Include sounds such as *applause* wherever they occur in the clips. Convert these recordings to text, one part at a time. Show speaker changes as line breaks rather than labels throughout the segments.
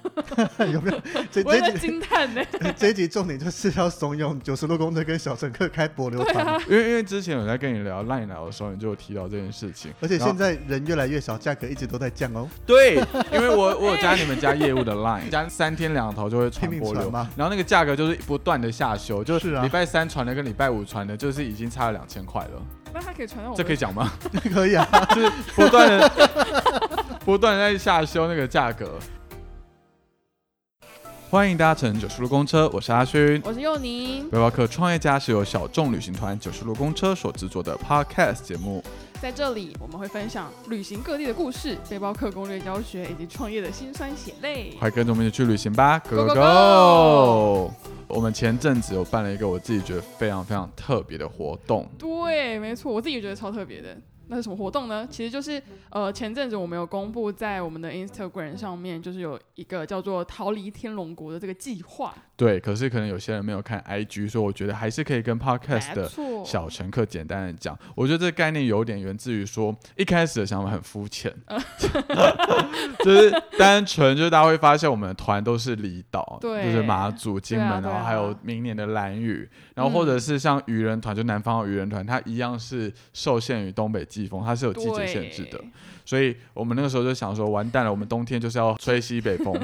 *laughs* 有没有？这
我在
这集
惊叹呢。
*laughs* 这一集重点就是要怂恿九十路公车跟小乘客开柏
啊
流房，
因为因为之前有在跟你聊赖脑的时候，你就有提到这件事情，
而且
然后
现在人越来越少，价格一直都在降哦。 *laughs*
对，因为我我有加你们家业务的 line，加三天两头就会传播
拼命传
流，
吗
然后那个价格就是不断的下修，就是是
啊
礼拜三传的跟礼拜五传的，就是已经差了两千块了，
*laughs* 那他可以传
哦
到我
这
们，
可以讲吗？
可以啊，
就是 *laughs* 不断的不断的在下修那个价格。欢迎搭乘九十路公车，我是阿勋。
我是佑宁，
背包客创业家是由小众旅行团九十路公车所制作的 podcast 节目。
在这里我们会分享旅行各地的故事、背包客攻略教学以及创业的辛酸血泪。
快跟着我们一起去旅行吧，Go
Go, go,
Go Go！我们前阵子有办了一个我自己觉得非常非常特别的活动，
对，没错，我自己也觉得超特别的。那是什么活动呢？其实就是呃，前阵子我们有公布在我们的 Instagram 上面，就是有一个叫做“逃离天龙国”的这个计划。
对，可是可能有些人没有看 IG，所以我觉得还是可以跟 podcast
没
E 的
错，
小乘客简单的讲，我觉得这个概念有点源自于说一开始的想法很肤浅，
嗯
*laughs* 就是单纯就是大家会发现我们的团都是离岛，
对
就是马祖、金门，
对啊
然
对啊
后还有明年的蓝屿，然
嗯
后或者是像渔人团，就南方的渔人团，它一样是受限于东北季风，它是有季节限制的
对，。
所以我们那个时候就想说，完蛋了，我们冬天就是要吹西北
*laughs*
风，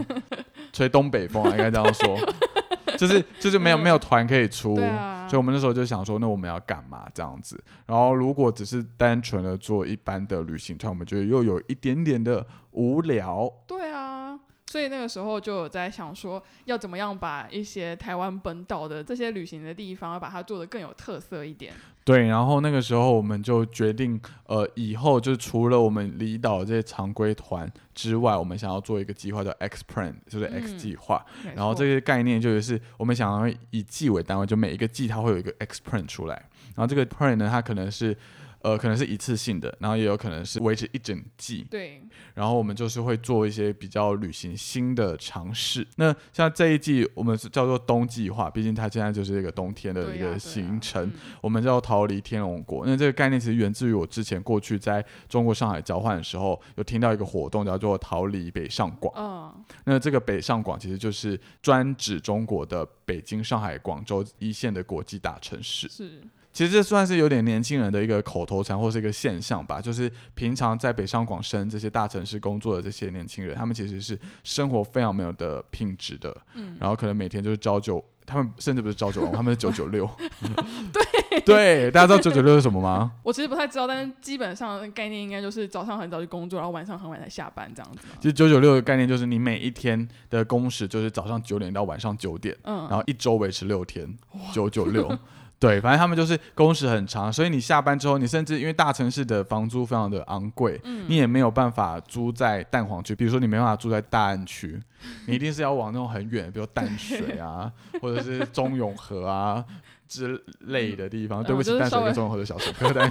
吹东北风啊，应该这样说， *laughs* 就是就是没有、
嗯
没有团可以出，
对啊
所以我们那时候就想说，那我们要干嘛这样子？然后如果只是单纯的做一般的旅行团，我们觉得又有一点点的无聊。
对啊，所以那个时候就有在想说，要怎么样把一些台湾本岛的这些旅行的地方，把它做得更有特色一点。
对，然后那个时候我们就决定，呃，以后就除了我们离岛这些常规团之外，我们想要做一个计划叫 X Plan，就是 X
嗯
计划。
没
然后
错
这些概念就是我们想要以季为单位，就每一个季它会有一个 X print 出来，然后这个 print 呢，它可能是呃可能是一次性的，然后也有可能是维持一整季，
对
然后我们就是会做一些比较旅行新的尝试。那像这一季我们是叫做冬计划，毕竟它现在就是一个冬天的
对啊
一
呀对
个
呀
行程，
嗯
我们叫逃离天龙国。那这个概念其实源自于我之前过去在中国上海交换的时候，有听到一个活动叫做逃离北上广。
嗯，
那这个北上广其实就是专指中国的北京、上海、广州一线的国际大城市。
是
其实这算是有点年轻人的一个口头禅或是一个现象吧，就是平常在北上广深这些大城市工作的这些年轻人，他们其实是生活非常没有的品质的，
嗯
然后可能每天就是朝九。他们甚至不是朝九
*laughs*
晚五，他们是九九六。 *laughs* 对对，大家知道九九六是什么吗？
我其实不太知道，但是基本上的概念应该就是早上很早去工作，然后晚上很晚才下班这样子嘛。
其实九九六的概念就是你每一天的工时就是早上九点到晚上九点，
嗯，
然后一周维持六天，九九六。对，反正他们就是工时很长，所以你下班之后，你甚至因为大城市的房租非常的昂贵，
嗯
你也没有办法租在蛋黄区，比如说你没办法住在大
*laughs*
安区，你一定是要往那种很远，比如淡水啊，或者是中永和啊之类的地方。
嗯
对不
就
起，
是
淡水
稍微
跟中永和的小乘
*laughs*
客，但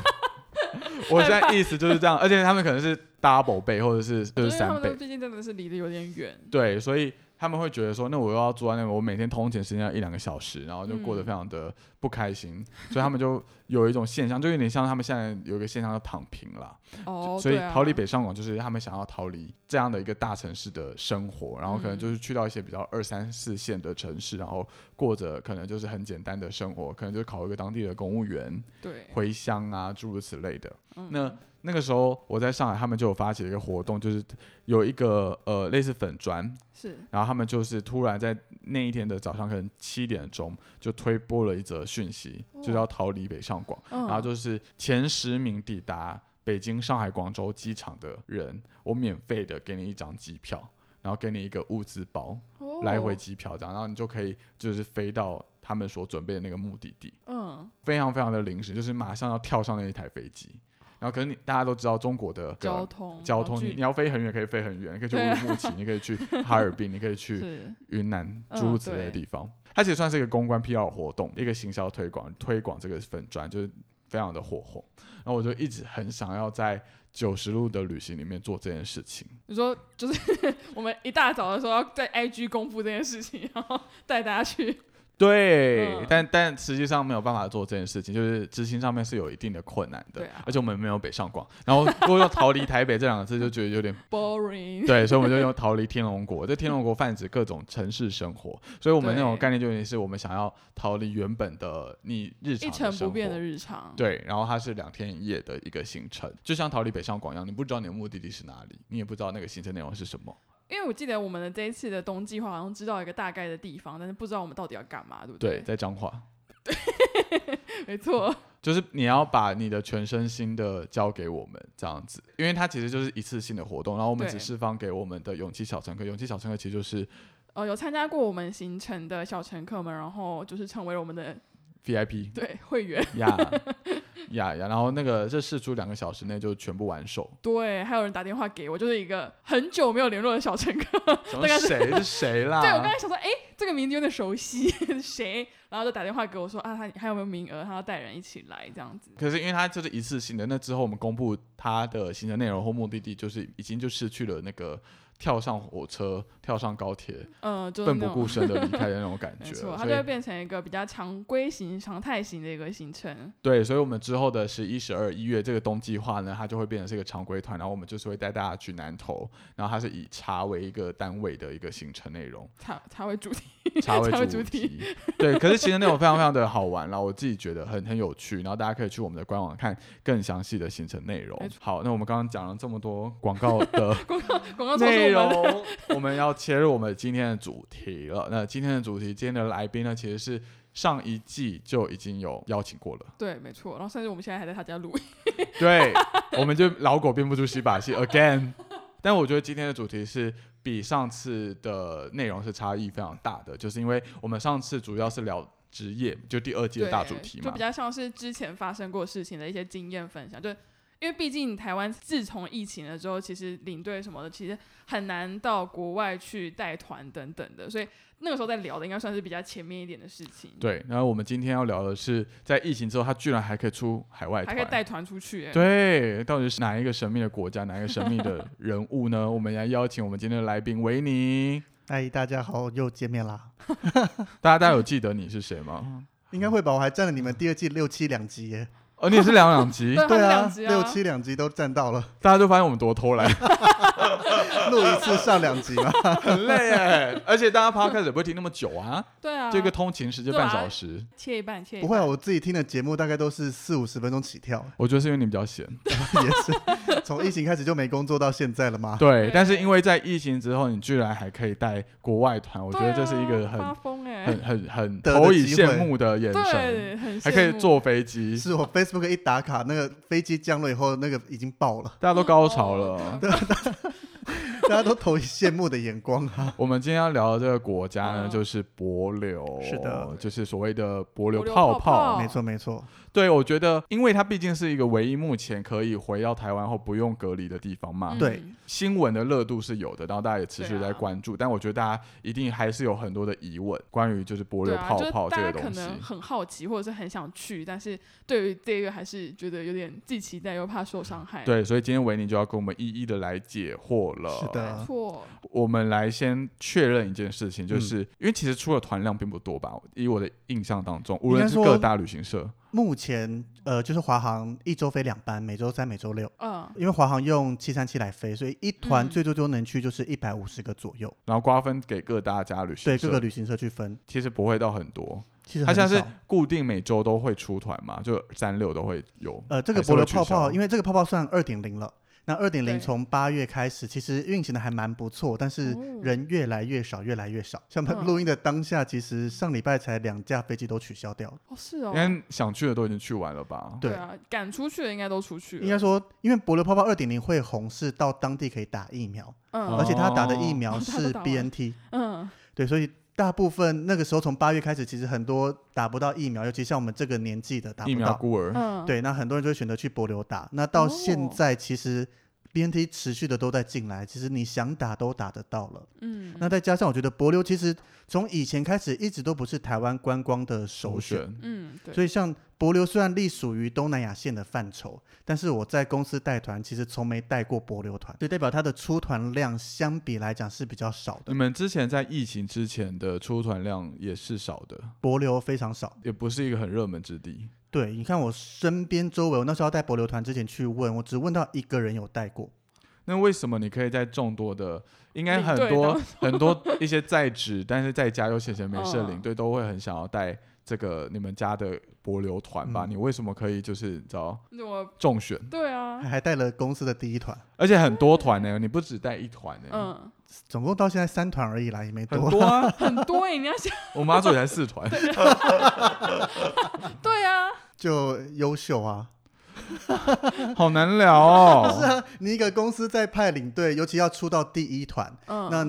我现在意思就是这样，而且他们可能是 double 倍或
*laughs*
者是
因
就是
为他
三
们
倍
都，啊毕竟真的是离得有点远，
对，所以他们会觉得说，那我又要住在那个，我每天通勤时间要一两个小时，然后就过得
嗯
非常的不开心，所以他们就有一种现象，就有点像他们现在有一个现象叫躺平啦。
哦，
所以
对啊
逃离北上广就是他们想要逃离这样的一个大城市的生活，然后可能
嗯
就是去到一些比较二三四线的城市，然后过着可能就是很简单的生活，可能就考一个当地的公务员，
对，
回乡啊，诸如此类的。
嗯
那那个时候我在上海，他们就有发起了一个活动，就是有一个呃类似粉砖，
是
然后他们就是突然在那一天的早上，可能七点钟就推播了一则讯息，
哇
就是要逃离北上广，
嗯
然后就是前十名抵达北京、上海、广州机场的人，我免费的给你一张机票，然后给你一个物资包，
哦
来回机票这样，然后你就可以就是飞到他们所准备的那个目的地，
嗯
非常非常的临时，就是马上要跳上那一台飞机。然后可是你大家都知道中国的啊
交通
交通，
距
你你要飞很远可以飞很远，你可以去
对
乌
啊
鲁木齐，你可以去哈尔滨，你可
*laughs*
以去
是
云南
嗯
诸如此类的
对
地方。它其实算是一个公关 PR 活动，一个行销推广，推广这个粉砖就是非常的火红。然后我就一直很想要在九十路的旅行里面做这件事情。
你说 *laughs* 就是我们一大早的时候要在 IG 公布这件事情，然后带大家去
对，
嗯
但但实际上没有办法做这件事情，就是执行上面是有一定的困难的。
对啊
而且我们没有北上广，然后如果用逃离台北这两个字，就觉得
*laughs*
有点
*laughs* boring。
对，啊所以我们就用逃离天龙国。这天龙国泛指各种城市生活，所以我们那种
对
概念就有点是我们想要逃离原本的你日常
一
的
成
生
不变
活
的日常，
对，啊然后它是两天一夜的一个行程，就像逃离北上广一样，你不知道你的目的地是哪里，你也不知道那个行程内容是什么。
因为我记得我们的这一次的冬计划好像知道一个大概的地方，但是不知道我们到底要干嘛，对不
对，在彰化，
没错，
就是你要把你的全身心的交给我们这样子，因为它其实就是一次性的活动，然后我们只
对
释放给我们的勇气小乘客，勇气小乘客其实就是
呃，有参加过我们行程的小乘客们，然后就是成为了我们的 *laughs*
VIP
对会员，
呀呀呀，然后那个这试出两个小时内就全部完售，
对，还有人打电话给我，就是一个很久没有联络的小乘客， *laughs*
什么
大概是
谁是谁啦？
对我刚才想说，哎，这个名字有点熟悉， *laughs* 是谁？然后就打电话给我说啊，他还有没有名额？他要带人一起来这样子，
可是因为它就是一次性的，那之后我们公布它的行程内容或目的地，就是已经就失去了那个跳上火车、跳上高铁、
嗯、就是
奋
那
不
种
顾。身的离开的那种感
没
觉
错，
了。
它
所
就会
以
变成一个比较常规型、常态型的一个行程。
对，所以我们之后的十一、十二、一月这个冬计划呢，它就会变成是一个常规团，然后我们就是会带大家去南投，然后它是以茶为一个单位的一个行程内容，
茶茶为主题，
*laughs* 茶
茶
为
为
主
主题
题。对，可是行程内容非常非常的好玩啦，我自己觉得很很有趣，然后大家可以去我们的官网看更详细的行程内容
没错。
好，那我们刚刚讲了这么多广告
*laughs*
的。
广告广告操作
内
我们
容， *laughs* 我们要切入我们今天的主题了。那今天的主题，今天的来宾呢，其实是上一季就已经有邀请过了。
对，没错。然后甚至我们现在还在他家录音。
*laughs* 对，我们就老狗变不出洗把戏 again。但我觉得今天的主题是比上次的内容是差异非常大的，就是因为我们上次主要是聊职业，就第二季的
对，
大主题
就
嘛
比。较像是之前发生过事情的一些经验分享，就因为毕竟台湾自从疫情了之后，其实领队什么的其实很难到国外去带团等等的，所以那个时候在聊的应该算是比较前面一点的事情。，
对，然后我们今天要聊的是，在疫情之后，他居然还可以出海外
还
团，
可以带团出去、欸。，
对，到底是哪一个神秘的国家，哪一个神秘的人
*laughs*
物呢？我们来邀请我们今天的来宾维尼。
哎，大家好，又见面啦！
大家大家有记得你是谁
嗯
吗？
应该会吧？我还占了你们第二季六七两集耶。
哦，你也是两
*laughs*
两集，
对他
对
们
啊
两，集啊
六七两集都占到了，
大家就发现我们多偷懒，
录一次上两集
*laughs*
嘛。
很累哎。 *laughs* 而且大家 podcast 也不会听那么久啊，
对啊，
这个通勤时间
对啊
半小时。
切一半，切一
不
半。
会啊，我自己听的节目大概都是四五十分钟起跳，
我觉得是因为你比较闲，
也是从疫情开始就没工作到现在了
啊
嘛。
对。但是因为在疫情之后，你居然还可以带国外团，我觉得这是一个
对啊
很、
发疯哎、
很很很
得的
投以
机会
羡慕的眼神，
对，很
还可以
羡慕
坐飞机，
是我 Facebook 一打卡，那个飞机降落以后，那个已经爆了，
大家都高潮了。
哦
大家都投以羡慕的眼光啊。
我们今天要聊的这个国家呢，
嗯
就是帛琉，
是的
就是所谓的帛琉
帛琉
泡
泡泡
没错没错，
对，我觉得，因为它毕竟是一个唯一目前可以回到台湾后不用隔离的地方嘛，
嗯
对
新闻的热度是有的，然后大家也持续
对
在
啊
关注，但我觉得大家一定还是有很多的疑问关于就是帛
对
琉
啊，
泡
就是
泡这
大
个
家可
东西。
能很好奇，或者是很想去，但是对于这个还是觉得有点既期待又怕受伤害。，
对，所以今天维尼就要跟我们一一的来解惑了。
是的
没错，
我们来先确认一件事
嗯
情，就是、因为其实出的团量并不多吧，以我的印象当中，
应
无论
该
是
说
各大旅行社，
目前呃就是华航一周飞两班，每周三、每周六。
嗯，
因为华航用七三七来飞，所以一团
嗯
最多就能去就是一百五十个左右，
然后瓜分给各大家旅行
对
社，
各个旅行社去分。
其实不会到很多。
其实
它
很
像是
少
固定每周都会出团嘛，就三六都会有。
呃，这个
还是
博
会
流
取
泡泡，
消
因为这个泡泡算二点零了。那二点
对
零从八月开始，其实运行的还蛮不错，但是
哦
人越来越少，越来越少。像我
嗯
们录音的当下，其实上礼拜才两架飞机都取消掉了。
哦是哦
应，该想去的都已经去完了吧？
对
啊，赶出去的应该都出去了，
应该说，因为博流泡泡二点零会红是到当地可以打疫苗，
嗯
而且他打的疫
哦 *laughs*
苗
哦大家都
是
打完
BNT，
嗯，
对，所以大部分那个时候从八月开始，其实很多打不到疫苗，尤其像我们这个年纪的打
疫
不
苗
到，
孤儿，
嗯，
对，那很多人就会选择去博流打。那到现
哦
在，其实 BNT 持续的都在进来，其实你想打都打得到了。
嗯，
那再加上我觉得博流其实从以前开始一直都不是台湾观光的首选，
选。
嗯，对，
所以像帛琉虽然隶属于东南亚线的范畴，但是我在公司带团其实从没带过帛琉团，所以代表它的出团量相比来讲是比较少
你
的。
们之前在疫情之前的出团量也是少的，
帛琉非常少。
也不是一个很热门之地。
对，你看我身边周围，我那时候要带帛琉团之前去问，我只问到一个人有带过。
那为什么你可以在众多的，应该
领
很
队
多很多一些在职，
*laughs*
但是在家又闲闲没事的
嗯
领队都会很想要带这个你们家的博流团吧？
嗯
你为什么可以就是你知道
我
中选，
对
*laughs*
啊，
还还带了公司的第一团，
而且很多团呢、欸你不只带一团呢、
嗯，
总共到现在三团而已啦，也没
很
多。
多啊！
很多欸你要想，
我妈祖也才
*laughs*
四团，
对啊，
就优秀啊！
好难
*laughs*
聊哦。
你一个公司在派领队，尤其要出到第一团，*laughs*
嗯，
那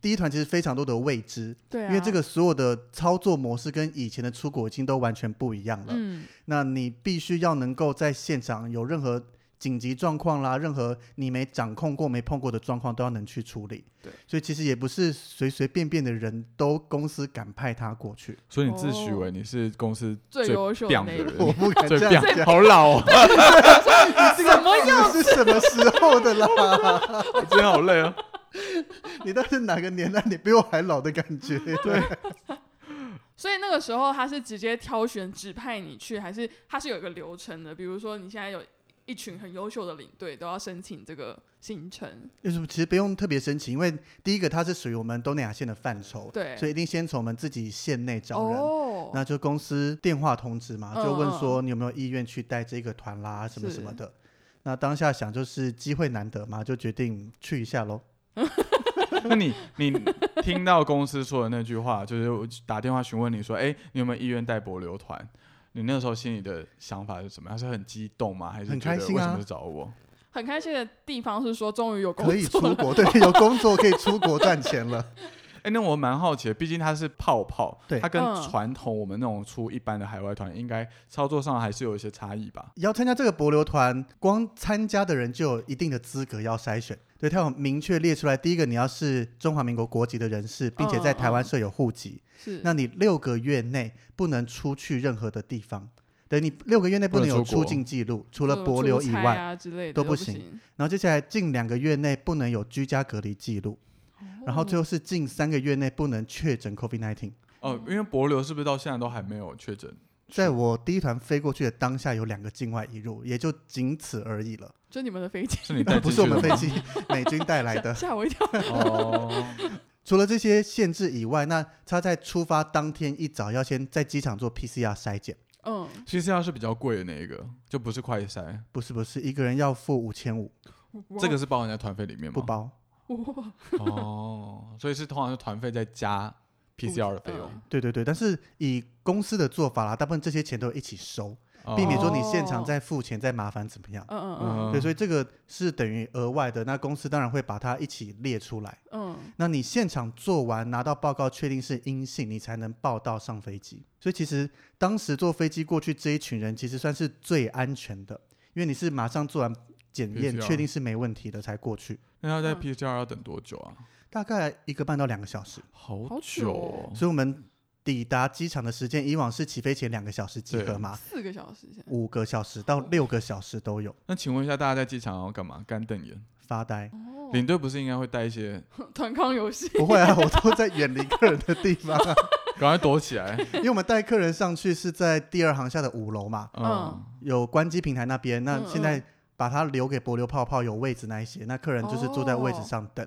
第一团其实非常多的未知，
对啊，
因为这，个所有的操作模式跟以前的出国已经都完全不一样了。
嗯，
那你必须要能够在现场有任何紧急状况啦，任何你没掌控过、没碰过的状况都要能去处理。
对，
所以其实也不是随随便便的人都公司敢派他过去。
所以你自
哦
诩为你是公司
最优秀的
棒
那
的
一
人
我不
*laughs*
敢
最
这样
棒，
讲，
好老哦，
什么样？
*laughs* 这是什么时候的啦？
我真的好累哦。
你到底是哪个年代？你比我还老的感觉。对，
所以那个时候他是直接挑选指派你去，还是他是有一个流程的？比如说你现在有一群很优秀的领队都要申请这个行程，
为什么？其实不用特别申请，因为第一个它是属于我们东南亚线的范畴，
对
所以一定先从我们自己县内找人。
哦，
那就公司电话通知嘛，
嗯
就问说你有没有意愿去带这个团啦，什么
是
什么的。那当下想就是机会难得嘛，就决定去一下喽。
*laughs* 那你你听到公司说的那句话，就是我打电话询问你说，哎、你有没有意愿带博流团？你那时候心里的想法是什么样？是很激动吗？还是
很
觉得
开心
为
啊
什么是找我？
很开心的地方是说终于有工
可以
作
出
了，
国，对， *laughs* 有工作可以出国赚钱了。 *laughs*
哎、那我蛮好奇的，毕竟它是泡泡，
对
它跟
嗯
传统我们那种出一般的海外团，应该操作上还是有一些差异吧？
要参加这个博流团，光参加的人就有一定的资格要筛选。对，他有明确列出来，第一个你要是中华民国国籍的人士，并且
嗯
在台湾设有户籍，
*laughs* 是
那你六个月内不能出去任何的地方。对你六个月内不
不
能
能
有
出国
出境记录，除
嗯除
了博流以外，
啊之类的
都
不
不行然后接下来近两个月内不能有居家隔离记录，
哦
然后最
嗯
后是近三个月内不能确诊 COVID-19。
哦、因为博流是不是到现在都还没有确诊？
在我第一团飞过去的当下，有两个境外移入，也就仅此而已了。
就你们的飞机
是你
*laughs*
带
不
进
是
去
我
的吗？
们飞机美军带来
*laughs*
的。
吓我一
*laughs*
跳，
哦，
除了这些限制以外，那他在出发当天一早要先在机场做 PCR 筛检，
嗯，
其实要是比较贵的那一个，就不是快筛，
不是不是，一个人要付五千五，
哇
这个是包含在团费里面吗？
不包。
哇
哦，所以是通常是团费再加 PCR 的费用，
对对对，但是以公司的做法啦，大部分这些钱都一起收，
哦
避免说你现
哦
场再付钱再麻烦怎么样。
嗯嗯
对，所以这个是等于额外的，那公司当然会把它一起列出来。
嗯嗯，
那你现场做完，拿到报告确定是阴性，你才能报到上飞机。所以其实当时坐飞机过去这一群人，其实算是最安全的，因为你是马上做完检验，
PCR
确定是没问题的才过去，
那要在
嗯
PCR 要等多久啊？
大概一个半到两个小时。
好
好
久
久
哦
哦，
所以我们抵达机场的时间，以往是起飞前两个小时集合嘛，
四个小时前，
五个小时到六个小时都有。
那请问一下，大家在机场要干嘛？干瞪眼？
发呆
哦，
领队不是应该会带一些，
团康游戏，
不会啊，我都在远离客人的地方啊、
赶快躲起来。
*laughs* 因为我们带客人上去是在第二航厦的五楼嘛，
嗯，
有关机平台那边。那
嗯
现在把它留给柏流泡泡有位置那一些，那客人就是坐在位置上等。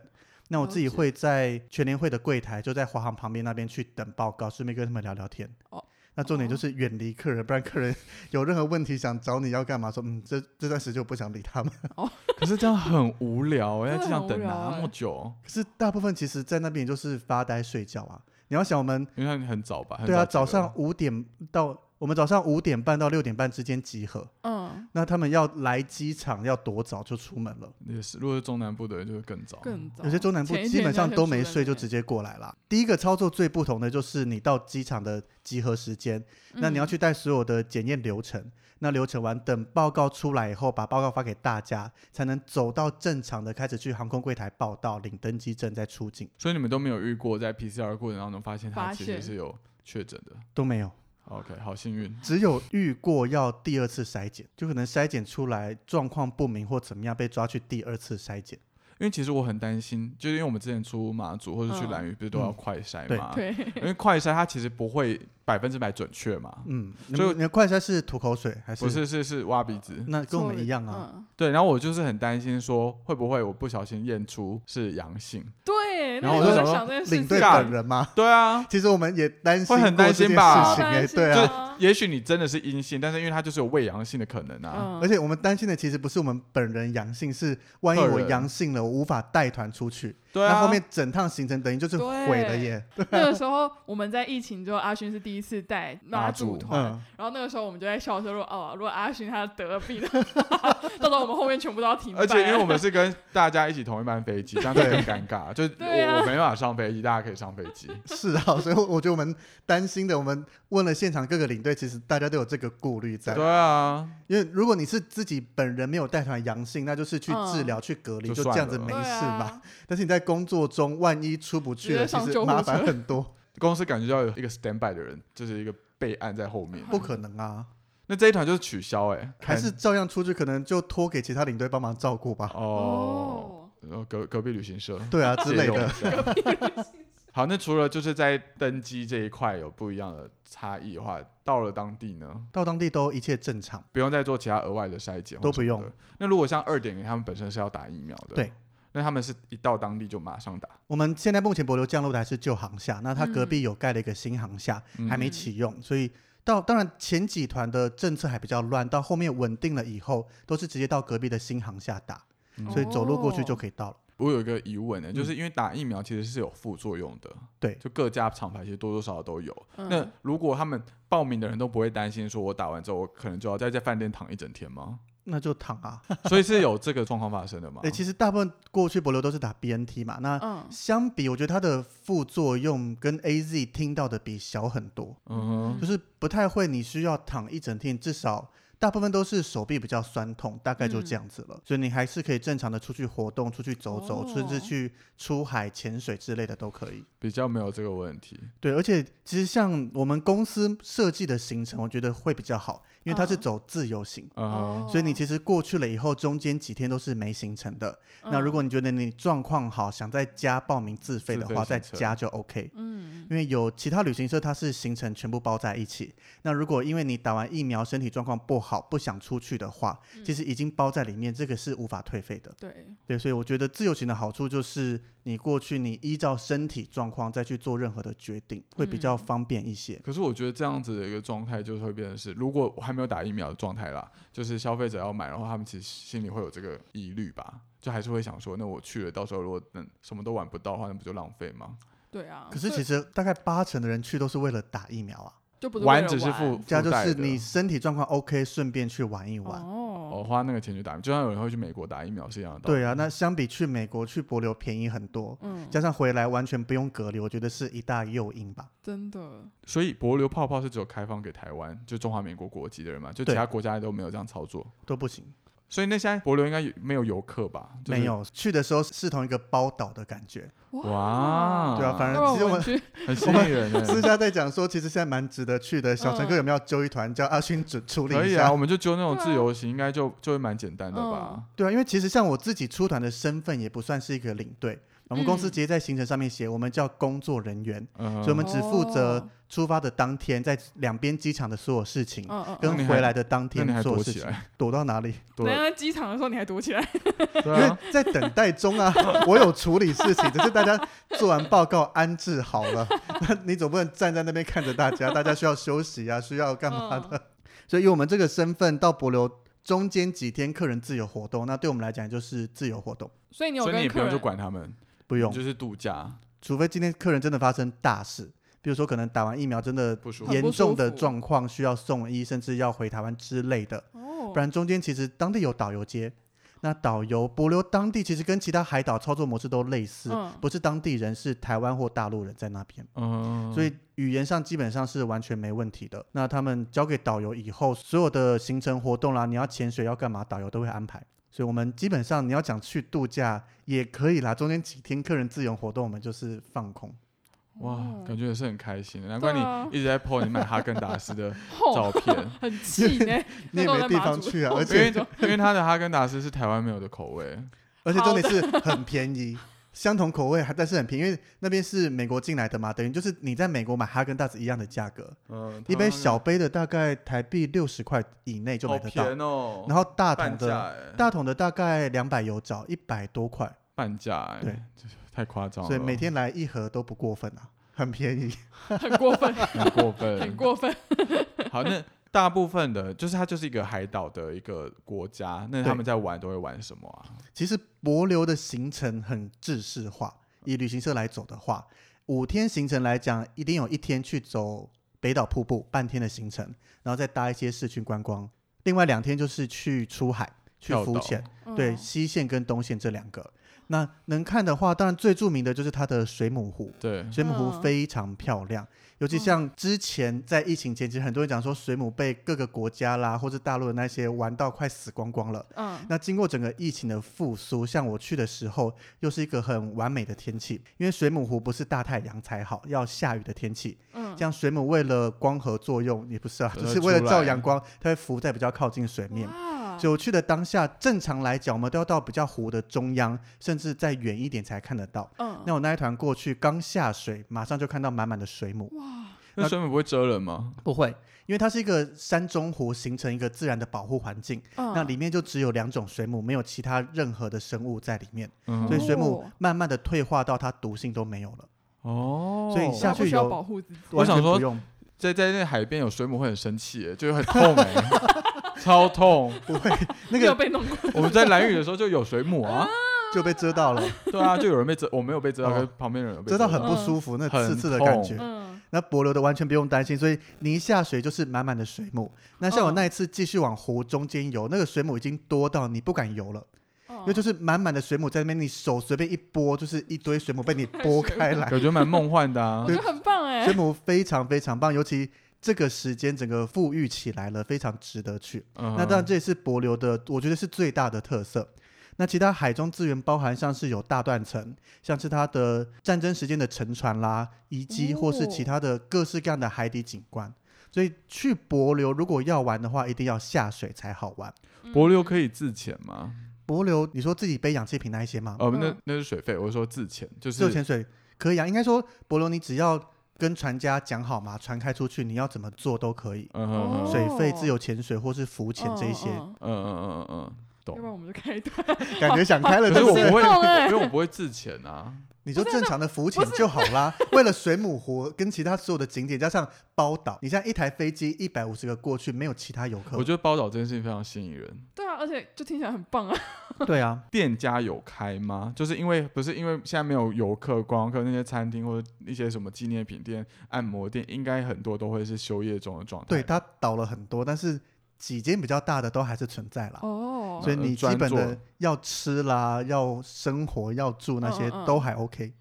那我自己
哦了解
会在全联会的柜台，就在华航旁边那边去等报告，顺便跟他们聊聊天。
哦
那重点就是远离客人，不然客人有任何问题想找你要干嘛，说嗯，这这段时间我不想理他们。 *laughs*
可是这样很无聊哎，
真的
在机场
很无
等
聊
那
哎
么久，
可是大部分其实在那边也就是发呆睡觉啊。你要想我们
因为你很早吧？很
对啊，
集合
早上五点到我们早上五点半到六点半之间集合，
嗯，
那他们要来机场要多早就出门了。
也是，如果是中南部的人就会更早。
更早，
有些中南部
前一
基
天
本上都没睡就
人家
直接过来啦。第一个操作最不同的就是你到机场的集合时间，
先
那你要
嗯
去带所有的检验流程，那流程完等报告出来以后，把报告发给大家，才能走到正常的开始去航空柜台报到，领登机证再出境，
所以你们都没有遇过在 PCR 过程当中发现他
发
其实
现
是有确诊的。
都没有。
OK，好幸运。
只有遇过要第二次筛检，就可能筛检出来状况不明或怎么样被抓去第二次筛检。
因为其实我很担心，就是因为我们之前出马祖或者去
嗯
兰屿，不是都要快筛
对
嘛、
对，
因为快筛它其实不会百分之百准确嘛，
嗯，你
就
们你的快筛是吐口水还是？
不是是是挖鼻子。
那跟我们一样啊。
嗯，
对，然后我就是很担心说会不会我不小心验出是阳性。
对。
然
那
后我
时
就
候
想
在想这
说 *laughs*
件事
领
情，
队
干
本人吗？
对啊，
其实我们也担心，
会很担心吧
事情
好
哎、
担心
对啊。
啊，
也许你真的是阴性，但是因为它就是有未阳性的可能啊。
嗯
而且我们担心的其实不是我们本人阳性，是万一
客
我
人
阳性了，我无法带团出去，
对
那
啊，
后面整趟行程等于就是毁了耶。
那个时候我们在疫情之后，阿勋是第一次
*laughs*
带妈祖
妈祖
团，
嗯，
然后那个时候我们就在笑说，如果哦，如果阿勋他得病了，到时候我们后面全部都要停摆。
而且因为
*laughs*
我们是跟大家一起同一班飞机，这样就更尴尬。就是我、
对啊
我没办法上飞机，大家可以上飞机。
是啊，所以我觉得我们担心的，我们问了现场各个领队，其实大家都有这个顾虑在。
对啊，
因为如果你是自己本人没有带团阳性，那就是去治疗、去隔离，
就
就
算
这样子
了
没
嗯对
事
啊
嘛。但是你在工作中，万一出不去了，
直接上
其实
救护
麻烦
车
很
*laughs*
多，
公司感觉要有一个 stand by 的人，就是一个备案在后面。
不可能啊，
那这一团就是取消哎、欸，
还是照样出去，可能就托给其他领队帮忙照顾吧。
哦，
哦，
然后隔隔壁旅行社
对啊，之类
借用一
的。
下 *laughs* 好，那除了就是在登机这一块有不一样的差异的话，到了当地呢，
到当地都一切正常。
不用再做其他额外的筛检，
都不用。
那如果像二点零，他们本身是要打疫苗的，
对，
那他们是一到当地就马上打，
我们现在目前博流降落台是旧航厦，那它隔壁有盖了一个新航厦，
嗯
还没启用，所以到当然前几团的政策还比较乱，到后面稳定了以后，都是直接到隔壁的新航厦打，
嗯
所以走路过去就可以到了。
我有一个疑问呢、欸
嗯
就是因为打疫苗其实是有副作用的，
对
就各家厂牌其实多多少少都有。
哦
嗯
那如果他们报名的人都不会担心，说我打完之后我可能就要在在饭店躺一整天吗？ *laughs*
那就躺啊！
所以是有这个状况发
*laughs*
生的吗
诶，？其实大部分过去博流都是打 BNT 嘛，
哦
那
嗯，
相比，我觉得它的副作用跟 AZ 听到的比小很多，
嗯
就是不太会你需要躺一整天，至少大部分都是手臂比较酸痛，大概就这样子了。所以你还是可以正常的出去活动、出去走走，
哦
甚至去出海、潜水之类的都可以。
比较没有这个问题。
对，而且其实像我们公司设计的行程，我觉得会比较好，因为它是
嗯
走自由行。
嗯哼，
哦
所以你其实过去了以后，中间几天都是没行程的。
嗯
那如果你觉得你状况好，想在家报名自费的
自费
话，
行
在
程
家就 OK。
嗯
因为有其他旅行社，它是行程全部包在一起。那如果因为你打完疫苗身体状况不好，不想出去的话，
嗯
其实已经包在里面，这个是无法退费的。
对，
对，所以我觉得自由行的好处就是，你过去你依照身体状况再去做任何的决定，会比较
嗯
方便一些。
可是我觉得这样子的一个状态，就是会变成是，如果我还没有打疫苗的状态啦，就是消费者要买，然后他们其实心里会有这个疑虑吧，就还是会想说，那我去了，到时候如果能什么都玩不到的话，那不就浪费吗？
对啊。
可是
所以
其实大概八成的人去都是为了打疫苗啊，
就不是为
玩
了
只是
玩
附
这样
附
就
带
是
的
你身体状况 OK，顺便去玩一玩。
哦，
哦，花那个钱去打，就像有人会去美国打疫苗是一样的道理。
对啊，那相比去美国去博流便宜很多，
嗯，
加上回来完全不用隔离，我觉得是一大诱因吧。
真的，
所以博流泡泡是只有开放给台湾，就中华民国国籍的人嘛，就其
对
他国家都没有这样操作。
都不行，
所以那现在博流应该也没有游客吧？就是、
没。有去的时候是同一个包岛的感觉，
哇，哦
对啊反正
要不然
其实
我
我
们去
很吸引人
私
欸。
下在讲说，其实现在蛮值得去的。小陈哥有没有揪一团叫阿勋主处理
可
一
以
下？
啊，我们就揪那种
对啊
自由行，应该就就会蛮简单的吧。
对啊，因为其实像我自己出团的身份也不算是一个领队，我们公司
嗯
直接在行程上面写我们叫工作人员，
嗯，
所以我们只负责
哦
出发的当天在两边机场的所有事情，
嗯嗯
哦那你
跟
还
回来的当
那
天
你还
做
躲
事
起
情。 *laughs*
来，
躲到哪里？
躲
人家在机场的时候你还躲起来，
因
对
为
啊，
在等待中啊， *laughs* 我有处理事情，只是大家做完报告安置好了， *laughs* 那你总不能站在那边看着大家，大家需要休息啊，需要干嘛的？ *laughs* 所以以我们这个身份到博流中间几天客人自由活动，那对我们来讲就是自由活动，
所以 *laughs* 你有
所以你
跟
也不
客
用去
人
管他们，
不用
你，就是度假，
除非今天客人真的发生大事，比如说可能打完疫苗真的
不舒服
很。
严
不舒
重的
服
状况需要送医，甚至要回台湾之类的，
哦
不，然中间其实当地有导游接。那导游博流当地其实跟其他海岛操作模式都类似，
嗯
不是当地人，是台湾或大陆人在那边，
嗯，
所以语言上基本上是完全没问题的。那他们交给导游以后，所有的行程活动啦，你要潜水要干嘛，导游都会安排。所以我们基本上你要讲去度假也可以啦，中间几天客人自由活动我们就是放空。
哇，
哦
感觉也是很开心的，难
对
怪你
啊哦
一直在 po 你买哈根达斯的
吼
照片，
很气呢，
*laughs* 你也没
那都在
地
马
方
祖
去啊， *laughs* 而
因为
且
因为他的哈根达斯是台湾没有的口味，
而且
好
重点是很便宜，相同口味还但是很便宜，因为那边是美国进来的嘛，等于就是你在美国买哈根达斯一样的价格，
嗯，
一杯小杯的大概台币六十块以内就
好
买得到，
便宜哦，
然后大
半
桶的
价哎，
大桶的大概两百有找，一百多块，
半价哎，
对，
就是太夸张了，
所以
*laughs*
每天来一盒都不过分
哦
啊，很便宜。 *laughs*
很过分，
很过分，
很过分。
好，那大部分的，就是它就是一个海岛的一个国家，那他
对
们在玩都会玩什么啊？
其实博流的行程很制式化，以旅行社来走的话，五天行程来讲，一定有一天去走北岛瀑布，半天的行程，然后再搭一些市区观光，另外两天就是去出海、去
跳
浮
岛
潜，对
嗯
西线跟东线这两个。那能看的话，当然最著名的就是它的水母湖，
对，
水母湖
嗯
非常漂亮，尤其像之前在疫情前，其实很多人讲说水母被各个国家啦或者大陆的那些玩到快死光光了。
嗯，
那经过整个疫情的复苏，像我去的时候，又是一个很完美的天气，因为水母湖不是大太阳才好，要下雨的天气。
嗯，
这样水母为了光合作用，也不是啊，
呃
就是为了照
出来
阳光，它会浮在比较靠近水面。
哇
所以我去的当下，正常来讲，我们都要到比较湖的中央，甚至再远一点才看得到。
嗯，
那我那一团过去，刚下水，马上就看到满满的水母。
哇，
那
那
水母不会蛰人吗？
不会，因为它是一个山中湖，形成一个自然的保护环境。
嗯
那里面就只有两种水母，没有其他任何的生物在里面，
嗯
所以
哦
水母慢慢的退化到它毒性都没有了。
哦，
所以
所以
下
它不
去
需要
有
保护自己，
我想
完全
说
不用，
在在那海边有水母会很生气耶，就会很痛哎， *laughs* 超痛。
不会，那
没有
个
被弄过，
我们在蓝雨的时候就有水母啊，
就被遮
*laughs*
到了，
对啊，就有人被蛰，我没有被蛰到，
哦
可是旁边的人有被
遮到
到
很不舒服，那刺刺的感觉。
嗯，
那柏流的完全不用担心，所以你一下水就是满满的水母。那像我
嗯
那一次继续往湖中间游，那个水母已经多到你不敢游了，
哦嗯
因为就是是满满的水母在那边，你手随便一拨，就是一堆水母被你拨开
*laughs*
来。
感觉蛮梦幻的啊
我。觉得很棒哎
水，母非常非常棒，尤其这个时间整个富裕起来了，非常值得去。
嗯
那当然，这也是帛流的，我觉得是最大的特色。那其他海中资源包含像是有大断层，像是它的战争时间的沉船啦、遗迹，
哦
或是其他的各式各样的海底景观。所以去帛流如果要玩的话，一定要下水才好玩。
嗯
柏流可以自潜吗？
帛流，你说自己背氧气瓶那一些吗？
哦，那
嗯
那是水费，我是说自潜，就
啊自由
是
潜水可以啊，应该说帛流你只要跟船家讲好嘛，船开出去你要怎么做都可以。
嗯哼哼
哦
水费、自由潜水或是浮潜这一些，
嗯嗯嗯
嗯嗯嗯嗯嗯，
要不然
懂。
我们就开一段。
*laughs* 感觉想开了，
可是
对
我
不
不
对？
会，
懂欸
因为我不会自潜
*laughs*
啊。
你就正常的浮潜
不是
就好啦。为了水母湖跟其他所有的景点，加上包岛，你现在一台飞机一百五十个过去，没有其他游客
我。觉得包岛这件事情非常吸引人。
对啊，而且就听起来很棒
*laughs*
啊。
对啊，
店家有开吗？就是因为不是因为现在没有游客、观光客，那些餐厅或者一些什么纪念品店、按摩店，应该很多都会是休业中的状态。
对，它倒了很多，但是几间比较大的都还是存在啦。
哦，
所以你基本
呃专
的要吃啦，要生活、要住那些
嗯嗯嗯
都还
*laughs*
OK，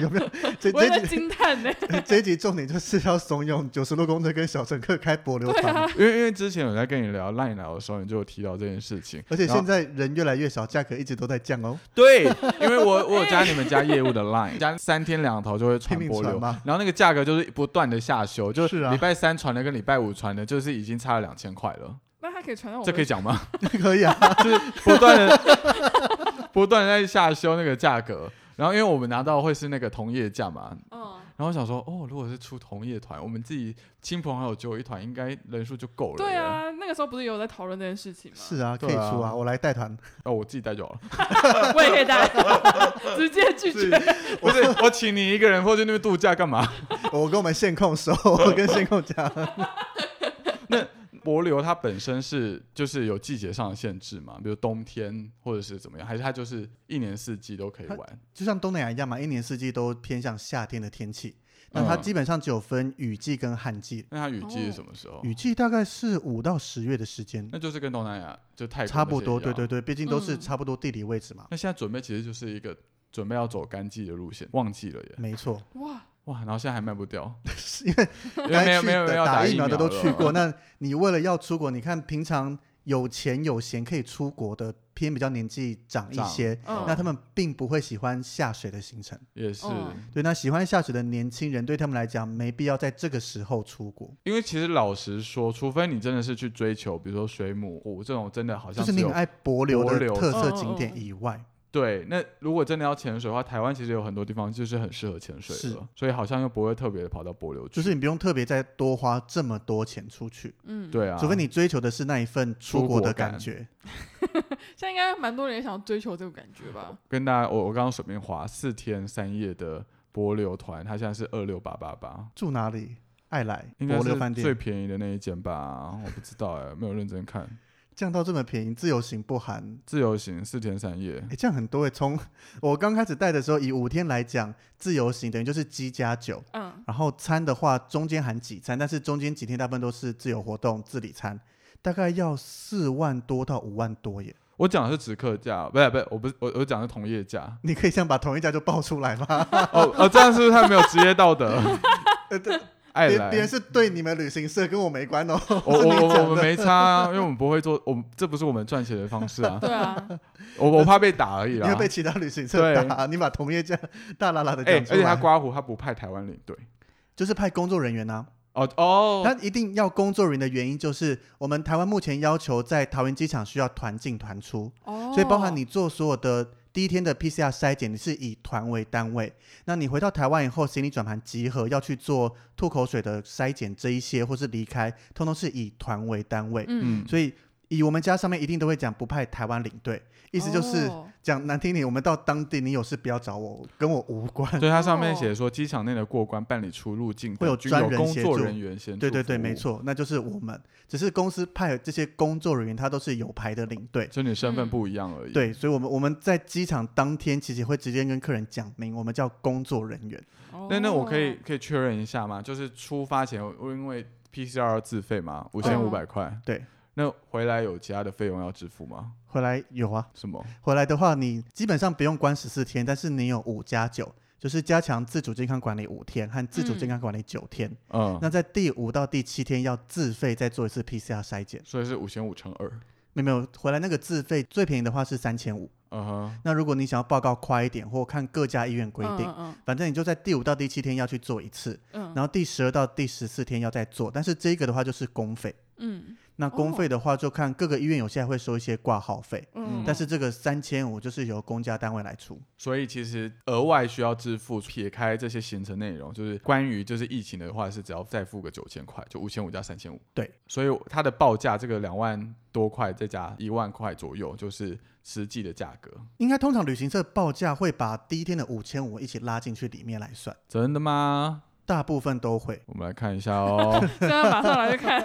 有没有？这
我也在
这集
惊叹呢。
*laughs* 这一集重点就是要怂恿九十路公车跟小乘客开柏流
对
团嘛
啊，
因为因为之前有在跟你聊赖聊的时候，你就有提到这件事情。
而且
然后
现在人越来越少，价格一直都在降哦，
对，因为我我有加你们家业务的 Line，加三天两头就会
拼
传
命
播
传
流。
嘛。
然后那个价格就是不断的下修，就是
啊
礼拜三传的跟礼拜五传的，就是已经差了两千块了。
那它可以传到我
这
们
可以讲吗？
*laughs* 可以啊，
就是不断的不断的在下修那个价格。然后因为我们拿到会是那个同业价嘛，
嗯，
然后我想说哦，如果是出同业团，我们自己亲朋好友揪一团，应该人数就够了。
对，啊，那个时候不是有在讨论这件事情吗？
是啊，可以
对啊
出啊，我来带团。
哦，我自己带就好了。
*laughs* 我也可以带， *laughs* 直接拒绝。
不是，我请你一个人或去那边度假干嘛？
我跟我们线控说， *laughs* 我跟线控讲，
柏流它本身是就是有季节上的限制嘛，比如冬天或者是怎么样，还是它就是一年四季都可以玩？
就像东南亚一样嘛，一年四季都偏向夏天的天气。那它
嗯
基本上只有分雨季跟旱季，
那它雨季
哦
是什么时候？
雨季大概是五到十月的时间，
那就是跟东南亚就泰国
差不
那些
多。
一
对
样
对对，毕竟都是
嗯
差不多地理位置嘛，
那现在准备其实就是一个准备要走干季的路线，旺季了耶！
没 *laughs* 错。
哇，
哇，然后现在还卖不
*laughs*
掉，
因为
因为没
该
有
*laughs* 去
没有没
的
有
打
疫哦
疫苗的都
了
去过，那你为了要出国，你看平常有钱有闲可以出国的，偏比较年纪长一
长
些，
嗯
那他们并不会喜欢下水的行程。
也是，
嗯
对，那喜欢下水的年轻人，对他们来讲没必要在这个时候出国，
因为其实老实说，除非你真的是去追求，比如说水母湖这种真的好
就
像
是
只
你
有
很爱帛流
帛
的
流
特色
嗯
景
嗯
点
嗯
以外，
对。那如果真的要潜水的话，台湾其实有很多地方就是很适合潜水
是
的，所以好像又不会特别的跑到帛流去。
就是你不用特别再多花这么多钱出去，
嗯，
对啊，
除非你追求的是那一份出
出国
国的
感
感觉。
现在应该蛮多人也想追求这个感觉
*laughs*
吧？
跟大家，我我刚刚随便划四天三夜的帛流团，它现在是二六八八八。
住哪里？爱来
应该
帛流饭
是最
店
便宜的那一间吧， *laughs* 我不知道哎、没有认真看。
降到这么便宜，自由行不含，
自由行四天三夜，
哎，这样很多哎。从我刚开始带的时候，以五天来讲，自由行等于就是鸡加酒，
嗯，
然后餐的话中间含几餐，但是中间几天大部分都是自由活动自理餐，大概要四万多到五万多耶。。
我讲的是直客价，不是不是，我不是我我讲的是同业价 *laughs*
你可以想把同一家就报出来吗？
哦哦，这样是不是太没有职业道德？
*laughs* 呃对
爱
别
来，
别人是对你们旅行社，跟我没关哦。
我
是
我
你
我
讲
我们
的
没差、啊，因为我们不会做，我们这不是我们赚钱的方式
*laughs*
啊。
对啊，
我我怕被打而已啊
因
啦
为。被其他旅行社打，你把同业价大啦啦的
哎、
讲
而
出来，
且他刮胡，他不派台湾领队。
就是派工作人员呐、
哦哦，
他一定要工作人员的原因就是，我们台湾目前要求在桃园机场需要团进团出，
哦，
所以包含你做所有的第一天的 PCR 筛检，你是以团为单位。那你回到台湾以后，行李转盘集合要去做吐口水的筛检，这一些或是离开，通通是以团为单位。
嗯，
嗯，
所以以我们家上面一定都会讲不派台湾领队，意思就是。
哦
讲难听点，我们到当地，你有事不要找我，跟我无关。
所以它上面写说，机场内的过关办理出入境的
会有
均
专
有
人
工
协
作
助
人员先
对对对，
出服务
没。错，那就是我们。只是公司派这些工作人员，他都是有牌的领队。
就你身份
嗯
不一样而已。
对，所以我们我们在机场当天，其实会直接跟客人讲明，我们叫工作人员。
那那我可以
哦
可以确认一下吗？就是出发前，我因为 PCR 自费嘛，五千五百块。
对。
那回来有其他的费用要支付吗？
回来有啊，
什么？
回来的话，你基本上不用关十四天，但是你有五加九，就是加强自主健康管理五天和自主健康管理九天。
嗯，
那在第五到第七天要自费再做一次 PCR 筛检。
所以是五千五乘二。
没有没有，回来那个自费最便宜的话是三千五。
嗯哼，
那如果你想要报告快一点，或看各家医院规定，
嗯
反正你就在第五到第七天要去做一次，
嗯
然后第十二到第十四天要再做。但是这个的话就是公费，
嗯
那公费的话就看各个医院有些还会收一些挂号费，
嗯，
但是这个三千五就是由公家单位来出。
所以其实额外需要支付，撇开这些行程内容，就是关于就是疫情的话，是只要再付个九千块，就五千五加三千五。
对，
所以它的报价这个两万多块，再加一万块左右，就是实际的价格。
应该通常旅行社报价会把第一天的五千五一起拉进去里面来算，
真的吗？。
大部分都会 *laughs*
我们来看一下哦。
现在马上来就看，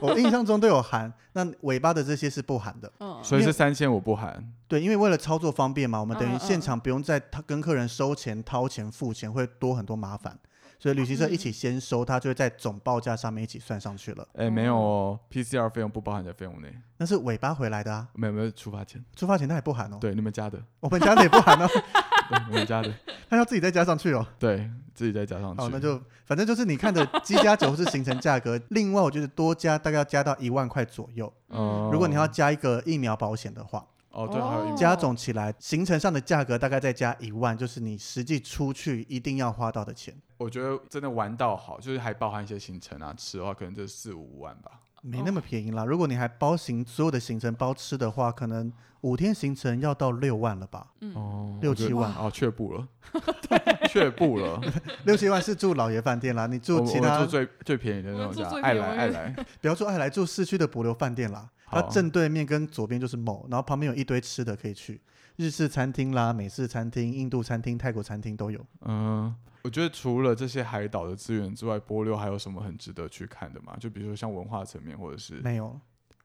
我印象中都有含，那尾巴的这些是不含的。
嗯，
所以
因
是
为
三千五不含，
对，因为为了操作方便嘛，我们等
嗯
于
嗯
现场不用再他跟客人收钱、掏钱、付钱，会多很多麻烦。所以旅行社一起先收，他就会在总报价上面一起算上去了。
哎、
嗯
没有哦，PCR 费用不包含在费用内，
那是尾巴回来的啊，
没有没有出发前，
出发前他也不含哦，
对你们加的，
我们家的也不含哦， *laughs*
对你们加的， *laughs*
他要自己再加上去哦。
对自己再加上去。
好，哦那就反正就是你看的机加酒或是行程价格，另外我觉得多加大概要加到一万块左右。
嗯
哦
如果你要加一个疫苗保险的话，
哦，对，还有一
哦
个
加总起来行程上的价格大概再加一万，就是你实际出去一定要花到的钱，
我觉得真的玩到好，就是还包含一些行程啊，吃的话可能就四五万吧。
没那么便宜啦。如果你还包行所有的行程包吃的话，可能五天行程要到六万了吧？
嗯，
哦，
六
我觉得
七万
哦，却
*laughs*
步了， *laughs* 却步
*laughs*
了。
六七万是住老爷饭店
*laughs*
啦，你
我
住
们
其
我们
他
住最最便宜的那
我们
种
住
家，
最
爱
便宜
来
我
爱
也
来，
不要住爱来，住市区的柏流饭店啦。
好
它正对面跟左边就是某，然后旁边有一堆吃的可以去，日式餐厅啦、美式餐厅、印度餐厅、泰国餐厅都有。
嗯。我觉得除了这些海岛的资源之外，波流还有什么很值得去看的吗？就比如说像文化层面，或者是
没有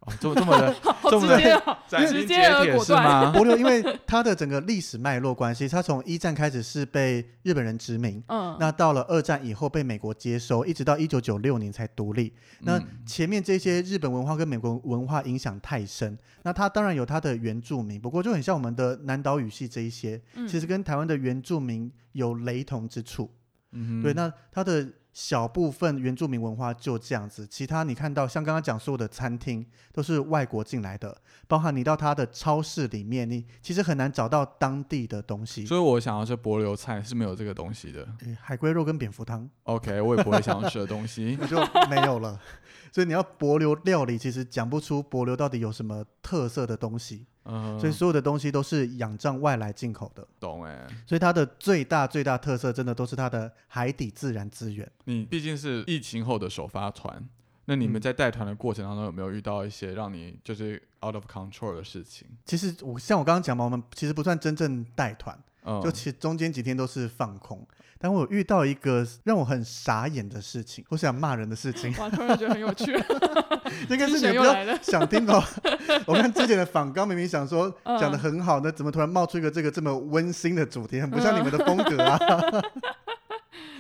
哦，这么这么的 *laughs*
好
这
直
么的
接哦，
斩
直
钉
接
截
而
铁
果
是
断
吗？
柏流，因为它的整个历史脉络关系，它从一战开始是被日本人殖民。
嗯，
那到了二战以后被美国接收，一直到一九九六年才独立。那
嗯
前面这些日本文化跟美国文化影响太深，那它当然有它的原住民，不过就很像我们的南岛语系这一些，
嗯，
其实跟台湾的原住民有雷同之处。
嗯哼
对，那它的小部分原住民文化就这样子，其他你看到像刚刚讲所有的餐厅都是外国进来的，包含你到它的超市里面，你其实很难找到当地的东西。
所以我想要吃柏流菜是没有这个东西的。
诶海龟肉跟蝙蝠汤
OK，我也不会想要吃的东西
*laughs* 。那就没有了，所以你要博流料理，其实讲不出博流到底有什么特色的东西，
嗯，
所以所有的东西都是仰仗外来进口的，
懂哎、
所以它的最大最大特色真的都是它的海底自然资源。
你毕竟是疫情后的首发团，那你们
嗯
在带团的过程当中有没有遇到一些让你就是 out of control 的事情？
其实我像我刚刚讲嘛，我们其实不算真正带团，
嗯，
就其中间几天都是放空。但我有遇到一个让我很傻眼的事情，我想骂人的事情
*laughs* 哇，突然觉得很有趣，
*laughs* 应该是你们
精神
比
又
较
来
*laughs*
了。
想听吧。我看之前的访纲明明想说
嗯
讲的很好，那怎么突然冒出一个这个这么温馨的主题，很不像你们的风格
*laughs*
啊？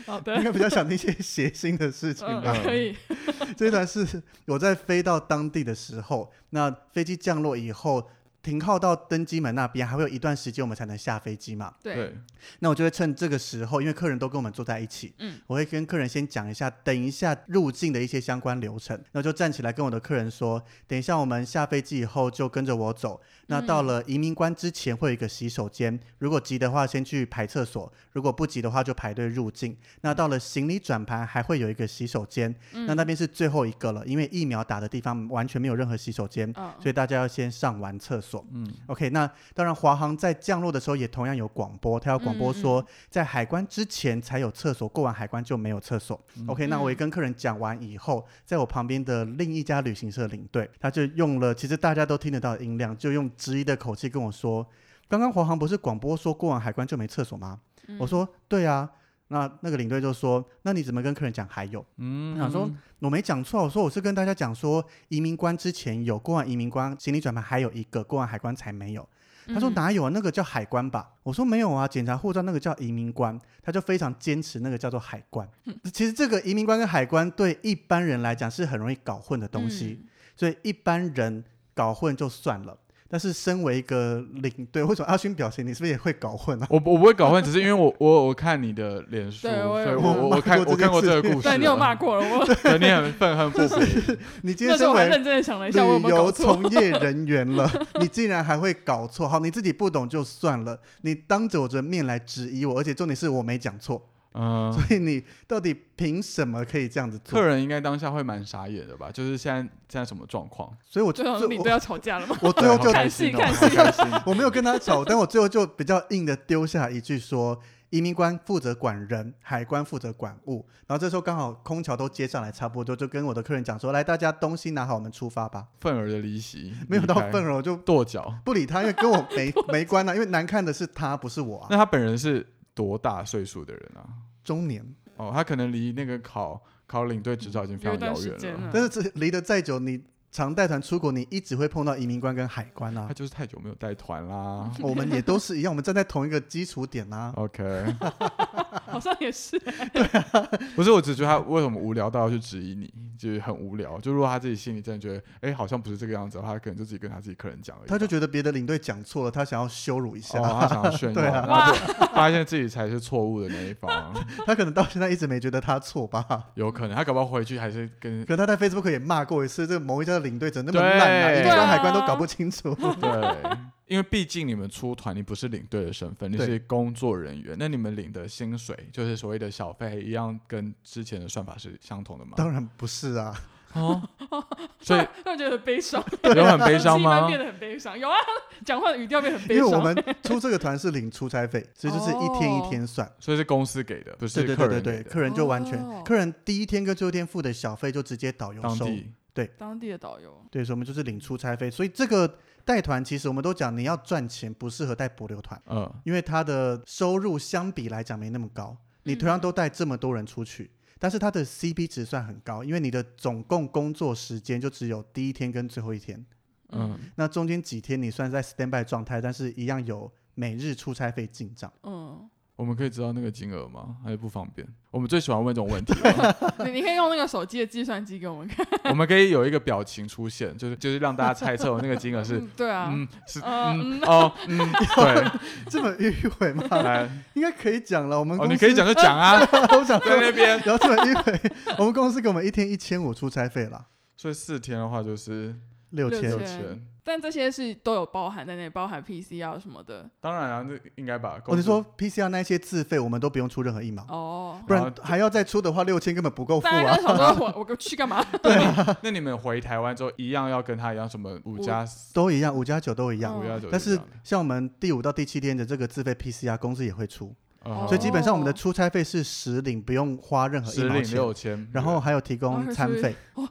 好
应
的，
该比较想听一些谐星的事情吧。
哦嗯，可以，
*laughs* 这一段是我在飞到当地的时候，那飞机降落以后。停靠到登机门那边，还会有一段时间我们才能下飞机嘛。
对，
那我就会趁这个时候，因为客人都跟我们坐在一起，
嗯，
我会跟客人先讲一下，等一下入境的一些相关流程，然后就站起来跟我的客人说，等一下我们下飞机以后就跟着我走。那到了移民关之前会有一个洗手间，如果急的话先去排厕所，如果不急的话就排队入境。那到了行李转盘还会有一个洗手间，
嗯
那那边是最后一个了，因为疫苗打的地方完全没有任何洗手间，
嗯，
所以大家要先上完厕所。
嗯
OK，那当然，华航在降落的时候也同样有广播，它要广播说，在海关之前才有厕所，过完海关就没有厕所。OK，那我也跟客人讲完以后，在我旁边的另一家旅行社领队，他就用了其实大家都听得到的音量，就用质疑的口气跟我说：“刚刚华航不是广播说过完海关就没厕所吗？”
嗯
我说：“对啊。”那那个领队就说：“那你怎么跟客人讲还有？”
嗯
我想说我没讲错，我说我是跟大家讲说，移民关之前有，过完移民关行李转盘还有一个，过完海关才没有。他说
嗯
哪有啊，那个叫海关吧？我说没有啊，检查护照那个叫移民关，他就非常坚持那个叫做海关。其实这个移民关跟海关对一般人来讲是很容易搞混的东
嗯
西，，所以一般人搞混就算了。但是身为一个领队，为什么阿勋表情你是不是也会搞混啊？
我不我不会搞混，只是因为我我我看你的脸书，
对我有
所以
看
我我我
骂
看
过这
我
件
看过
事
这个
情
故事了，
对你有骂过了
*laughs*
我，
*laughs* 对，你很愤恨不平，
你今天
那时
身
候我还
为
认真的想了一下，我有没
旅
有搞
游
错？
从业人员了，你竟然还会搞错？好，你自己不懂就算了，你当着我的面来质疑我，而且重点是我没讲错，
嗯。
所以你到底凭什么可以这样子
客
做？
人应该当下会蛮傻眼的吧？就是现在现在什么状况？
所以我
就
最
好
我
像领啊队要啊吵架
*laughs*
了吗？
我最后
对
就
好开
看戏
心哦
看
好
戏
开心
我没有跟他吵，但我最后就比较硬的丢下一句说。移民官负责管人，海关负责管物。然后这时候刚好空调都接上来，差不多就跟我的客人讲说：“来，大家东西拿好，我们出发吧。
愤而的离席，”
没有到
离开
愤而，我就
跺脚。
不理他，因为跟我没没关啊。因为难看的是他，不是我啊。
那他本人是多大岁数的人啊？
中年，
哦，他可能离那个考考领队执照已经非
有一
常
段
遥
时
远
间
了。
了，
但是这离得再久，你常带团出国，你一直会碰到移民官跟海关啊
*laughs* 他。就是太久没有带团
*laughs*
啦。
我们也都是一样，我们站在同一个基础点
*laughs*
啊。
哦 OK，
好像也是，
不是，我只觉得他为什么无聊到要去质疑你，就是很无聊。就如果他自己心里真的觉得，哎、好像不是这个样子的话，他可能就自己跟他自己客人讲而已吧。
他就觉得别的领队讲错了，他想要羞辱一下，
哦，他想要炫耀，
对啊
然后就发现自己才是错误的那一方，
*laughs* 他可能到现在一直没觉得他错吧。
有可能他搞不好回去还是跟
可能他在 Facebook 也骂过一次，这个某一家的领队怎么那么烂啊，
对
移民
对啊
官、海关都搞不清
*laughs*
楚。 *laughs*
对，因为毕竟你们出团，你不是领队的身份，你
对
是工作人员，那你们领的薪水就是所谓的小费，一样跟之前的算法是相同的吗？
当然不是啊，
*laughs* 哦，
*laughs*
所以
让人觉得很悲伤，
有很悲伤
气氛
吗？
变得很悲伤，有啊， *laughs* 讲话的语调变得很
因
悲
为
伤。
我们出这个团是领出差
*laughs*
费，所以就是一天一天算。
所以是公司给的，不哦是
对对
客
对
人
对
给
对，
的。
客人就完全，
哦
客人第一天跟最后一天付的小费就直接导游
当
收。
地
当地的导游，
对，所以我们就是领出差费。所以这个带团其实我们都讲，你要赚钱不适合带博流团，
嗯，
因为它的收入相比来讲没那么高。你同样
嗯
都带这么多人出去，但是它的 CP 值算很高，因为你的总共工作时间就只有第一天跟最后一天，
嗯
那中间几天你算是在 stand by 状态，但是一样有每日出差费进账。
嗯，
我们可以知道那个金额吗？还是不方便？我们最喜欢问这种问题
*laughs*
了。
嗯你你可以用那个手机的计算机给我们看。
我们可以有一个表情出现，就是就是让大家猜测我那个金额是
嗯 *laughs* 对啊，
嗯是
呃
嗯哦嗯
*laughs*
对
这么迂回吗？ *laughs*
来
应该可以讲了。我们
哦
公司
你
*laughs*
可以讲就讲啊，
我想
在
说，
那边。
然后这么迂回，我们公司给我们一天一千五出差费啦，
所以四天的话就是
六千
六
六
千
千，
但这些是都有包含在内，包含 PC 啊什么的。
当然啊，那应该吧。
我
公
是
司
哦说 PCR 那些自费，我们都不用出任何一毛，
哦，
不
然
然
后
还要再出的话，六千根本不够付
大家
啊
就。想说 *laughs* 我我去干嘛？
那你们回台湾之后一样要跟他一样什么五加
*laughs*
四
都一样，五加九都一样。
嗯
五加九，
但是像我们第五到第七天的这个自费 PCR，公司也会出，
嗯
所以基本上我们的出差费是实领，不用花任何一
十
毛
领
钱。
六千，
然后还有提
然后
供
还
餐
是
费，
哦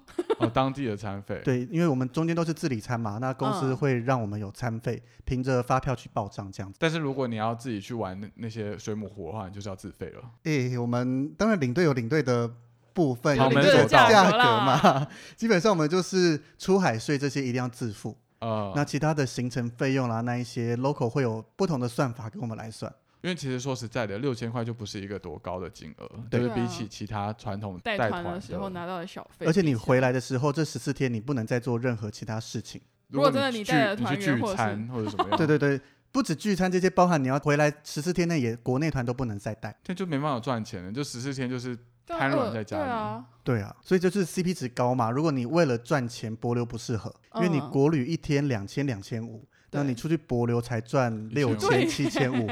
当地的餐费，
对，因为我们中间都是自理餐嘛，那公司
嗯
会让我们有餐费，凭着发票去报账这样子。
但是如果你要自己去玩那那些水母湖的话，你就是要自费了。
诶、我们当然领队有领队的部分，
旁
领
门
队的
左
价
道
价格
格
啦
嘛。 *laughs* 基本上我们就是出海税这些一定要自付，
啊
呃，
那其他的行程费用啦，那一些 local 会有不同的算法跟我们来算。
因为其实说实在的，六千块就不是一个多高的金额，
对
就
对
是比
啊
起其他传统
带
团啊
团啊的时候拿到的小费，
而且你回来的时候，这十四天你不能再做任何其他事情。
如果
如果真的
你
你
去
带了
你去
团员
聚
或者是
餐或者什
*laughs*
哦
么样，
对，对对，不止聚餐这些，包含你要回来十四天内也国内团都不能再带。
这就没办法赚钱了，就十四天就是
对啊
瘫软
饿
在家
对
里
啊，
对啊，所以就是 CP 值高嘛。如果你为了赚钱博流不适合，因为你
嗯
国旅一天两千两千五，那
对
你出去博流才赚六
对
千七千
*laughs*
五。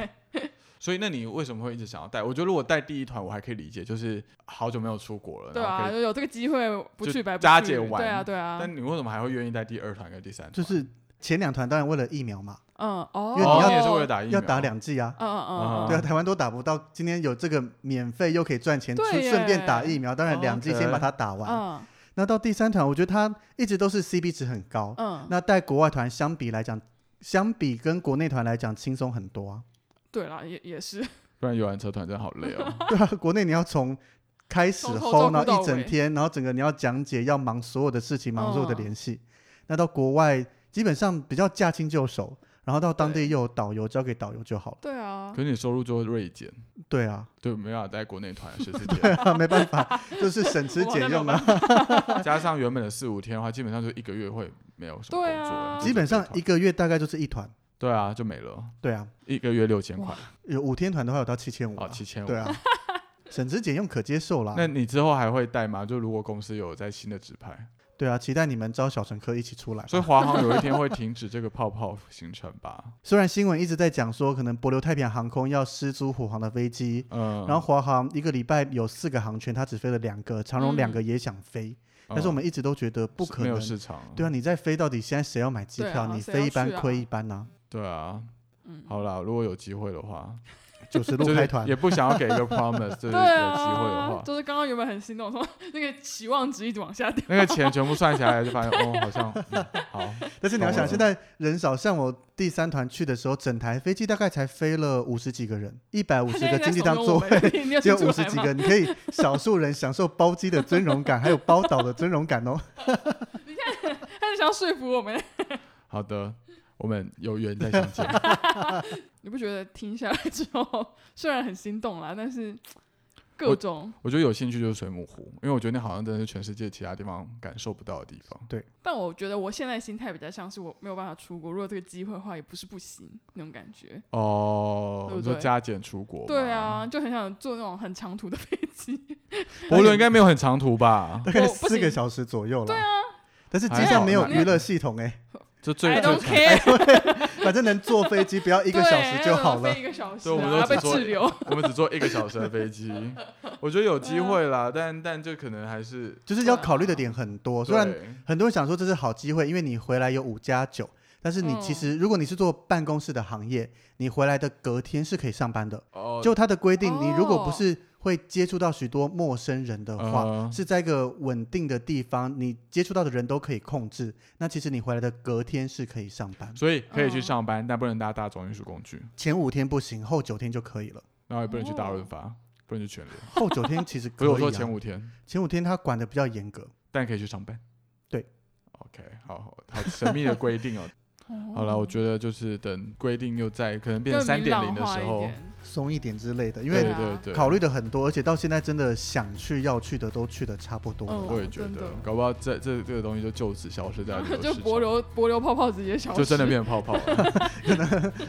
所以那你为什么会一直想要带？我觉得如果带第一团我还可以理解，就是好久没有出国了，
对
然后
啊，
可以
就有这个机会不
就
去白不
加
去
减完
对啊对啊，
但你为什么还会愿意带第二团跟第三团？
就是前两团当然为了疫苗嘛，
嗯哦，
因为你要
哦也是为了打疫苗，
要打两剂啊。
嗯嗯嗯，
啊
对啊，台湾都打不到，今天有这个免费又可以赚钱，
对
顺
耶
顺便打疫苗，当然
哦
两剂
OK
先把它打完。
嗯
那到第三团，我觉得它一直都是 CP 值很高，
嗯，
那带国外团相比来讲，相比跟国内团来讲轻松很
*laughs*
多啊。
对啦，也也是， *laughs*
不然游览车团真的好累哦。
对啊，国内你要从开始
从头照
后，
顾
然后
到
一整
尾
天，然后整个你要讲解，要忙所有的事情，忙所有的
嗯
联系。那到国外基本上比较驾轻就熟，然后到当地
对
又有导游，交给导游就好了。
对啊
可，是你收入就会锐减，
对啊， *laughs*
对，没办法带国内团十四天，
没办法，就是省吃
我
俭
那没有
用啊。
加上原本的四五天的话，基本上就一个月会没有什么工作
对
了，
啊
就
基本
是这
上
团
一个月大概就是一团，
对啊就没了，
对啊，
一个月六千块，
有五天团的话有到七千五
哦，，七千五
对。啊，省吃俭用可接受啦。
那你之后还会带吗？就如果公司有在新的指派，
对啊，期待你们招小乘客一起出来吧。
所以华航有一天会停止这个泡泡行程吧？
虽然新闻一直在讲说，可能博流太平洋航空要失租虎航的飞机，
嗯，
*laughs* 然后华航一个礼拜有四个航权，它只飞了两个，长荣
嗯
两个也想飞，但是我们一直都觉得不
嗯
可
没有
能。
市场，
对啊，你再飞到底现在谁要买机
对啊
票？你
谁
飞
要
一班
去啊
亏一班呐、
对啊。
嗯，
好啦，如果有机会的话，
九十
*laughs* 就
路
是
开团
也。不想要给一个
*laughs*
promise，就
对
是有机会的
啊
话，，
就是刚刚原本很心动，说 *laughs* 那个期望值一直往下掉，
*laughs* 那个钱全部算下来就发现，哦，好像嗯好，
但是你要
懂
想，
了
现在人少，像我第三团去的时候，整台飞机大概才飞了五十几个人，一百五
*laughs* 他
十
现在
个
在
经济
怂
舱
恿
座
我
位
们，
*laughs*
你你
*laughs*
有
只有
*laughs* 听出
五十
来
几
吗？
个，你可以少数人享受包机的尊荣感，还有包岛的尊荣感哦。
他是想要说服我们， *laughs*
好的，我们有缘再相见。 *laughs*
你不觉得停下来之后， *laughs* 虽然很心动啦，但是各
我
种，
我觉得有兴趣就是水母湖，因为我觉得那好像真的是全世界其他地方感受不到的地方。
但我觉得我现在心态比较像是我没有办法出国，如果这个机会的话，也不是不行那种感觉。
哦，
对不
你说
对
加减出国，
对，啊，就很想坐那种很长途的飞
*laughs*
机， *laughs*
博伦应该没有很长途吧？
大概
我不
四个
行
小时左右了。对啊，但是机
还好
上没有
那
娱乐系统哎、
就最
I
最
don't
长，
care，
反正能坐飞机不要一
一
个小时就好了。
飞一个小时
所以我们
啊，
都
要被
只坐
滞留。
*laughs* 我们只坐一个小时的飞机，我觉得有机会啦，但但就可能还是，
就是要考虑的点很多，虽然
对啊
很多人想说这是好机会，因为你回来有五加九，但是你
嗯
其实如果你是做办公室的行业，你回来的隔天是可以上班的。
哦，
就它的规定，你如果不
哦
是会接触到许多陌生人的话，
呃
是在一个稳定的地方，你接触到的人都可以控制，那其实你回来的隔天是可以上班，
所以可以去
嗯
上班，但不能搭大众运输工具，
前五天不行，后九天就可以了。
然后也不能去大
哦
润发，不能去全联。
*laughs* 后九天其实
不
可
是
以、
我
啊，
说前五天，
前五天他管的比较严格。
但可以去上班。
对
，OK，好好好神秘的规定哦。好了，我觉得就是等规定又在可能变成三点零的时候，
松一点之类的，因
对
为
对对，
考虑的很多，而且到现在真的想去要去的都去的差不多了。
嗯
我也觉
真的
得，搞不好这这这个东西就就此消失在
*laughs*
旅游
就
市
柏
场
流柏流泡泡直接消失，
就真的变泡泡了。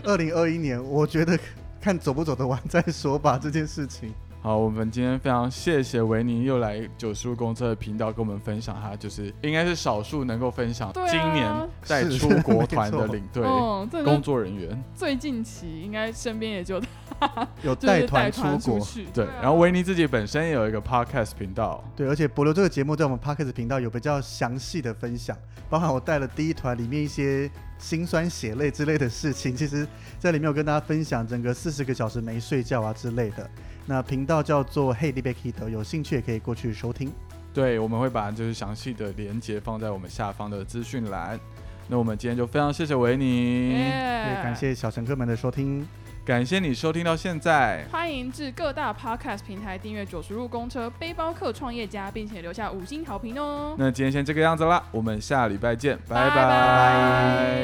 二零二一年，我觉得看走不走得完再说吧，这件事情。
好，我们今天非常谢谢维尼又来九十路公车的频道跟我们分享他，就是应该是少数能够分享
对啊
今年带
是
出国团的
没错
领
*laughs*
队
嗯，这
工
就
作人员。
最近期应该身边也就 *laughs*
有
就是带
团出
团
国，
去，
对，
啊
然后维尼自己本身也有一个 podcast 频道，
对，而且博流这个节目在我们 p a c k e t 频道有比较详细的分享，包含我带了第一团里面一些辛酸血泪之类的事情，其实在里面有跟大家分享整个四十个小时没睡觉啊之类的。那频道叫做 Hey d i b e k i d 有兴趣也可以过去收听。
对，我们会把就是详细的连接放在我们下方的资讯栏。那我们今天就非常谢谢维尼
也
耶
感谢小乘客们的收听，
感谢你收听到现在。
欢迎至各大 podcast 平台订阅《九十路公车背包客创业家》，并且留下五星好评哦。
那今天先这个样子啦，我们下礼拜见，拜
拜拜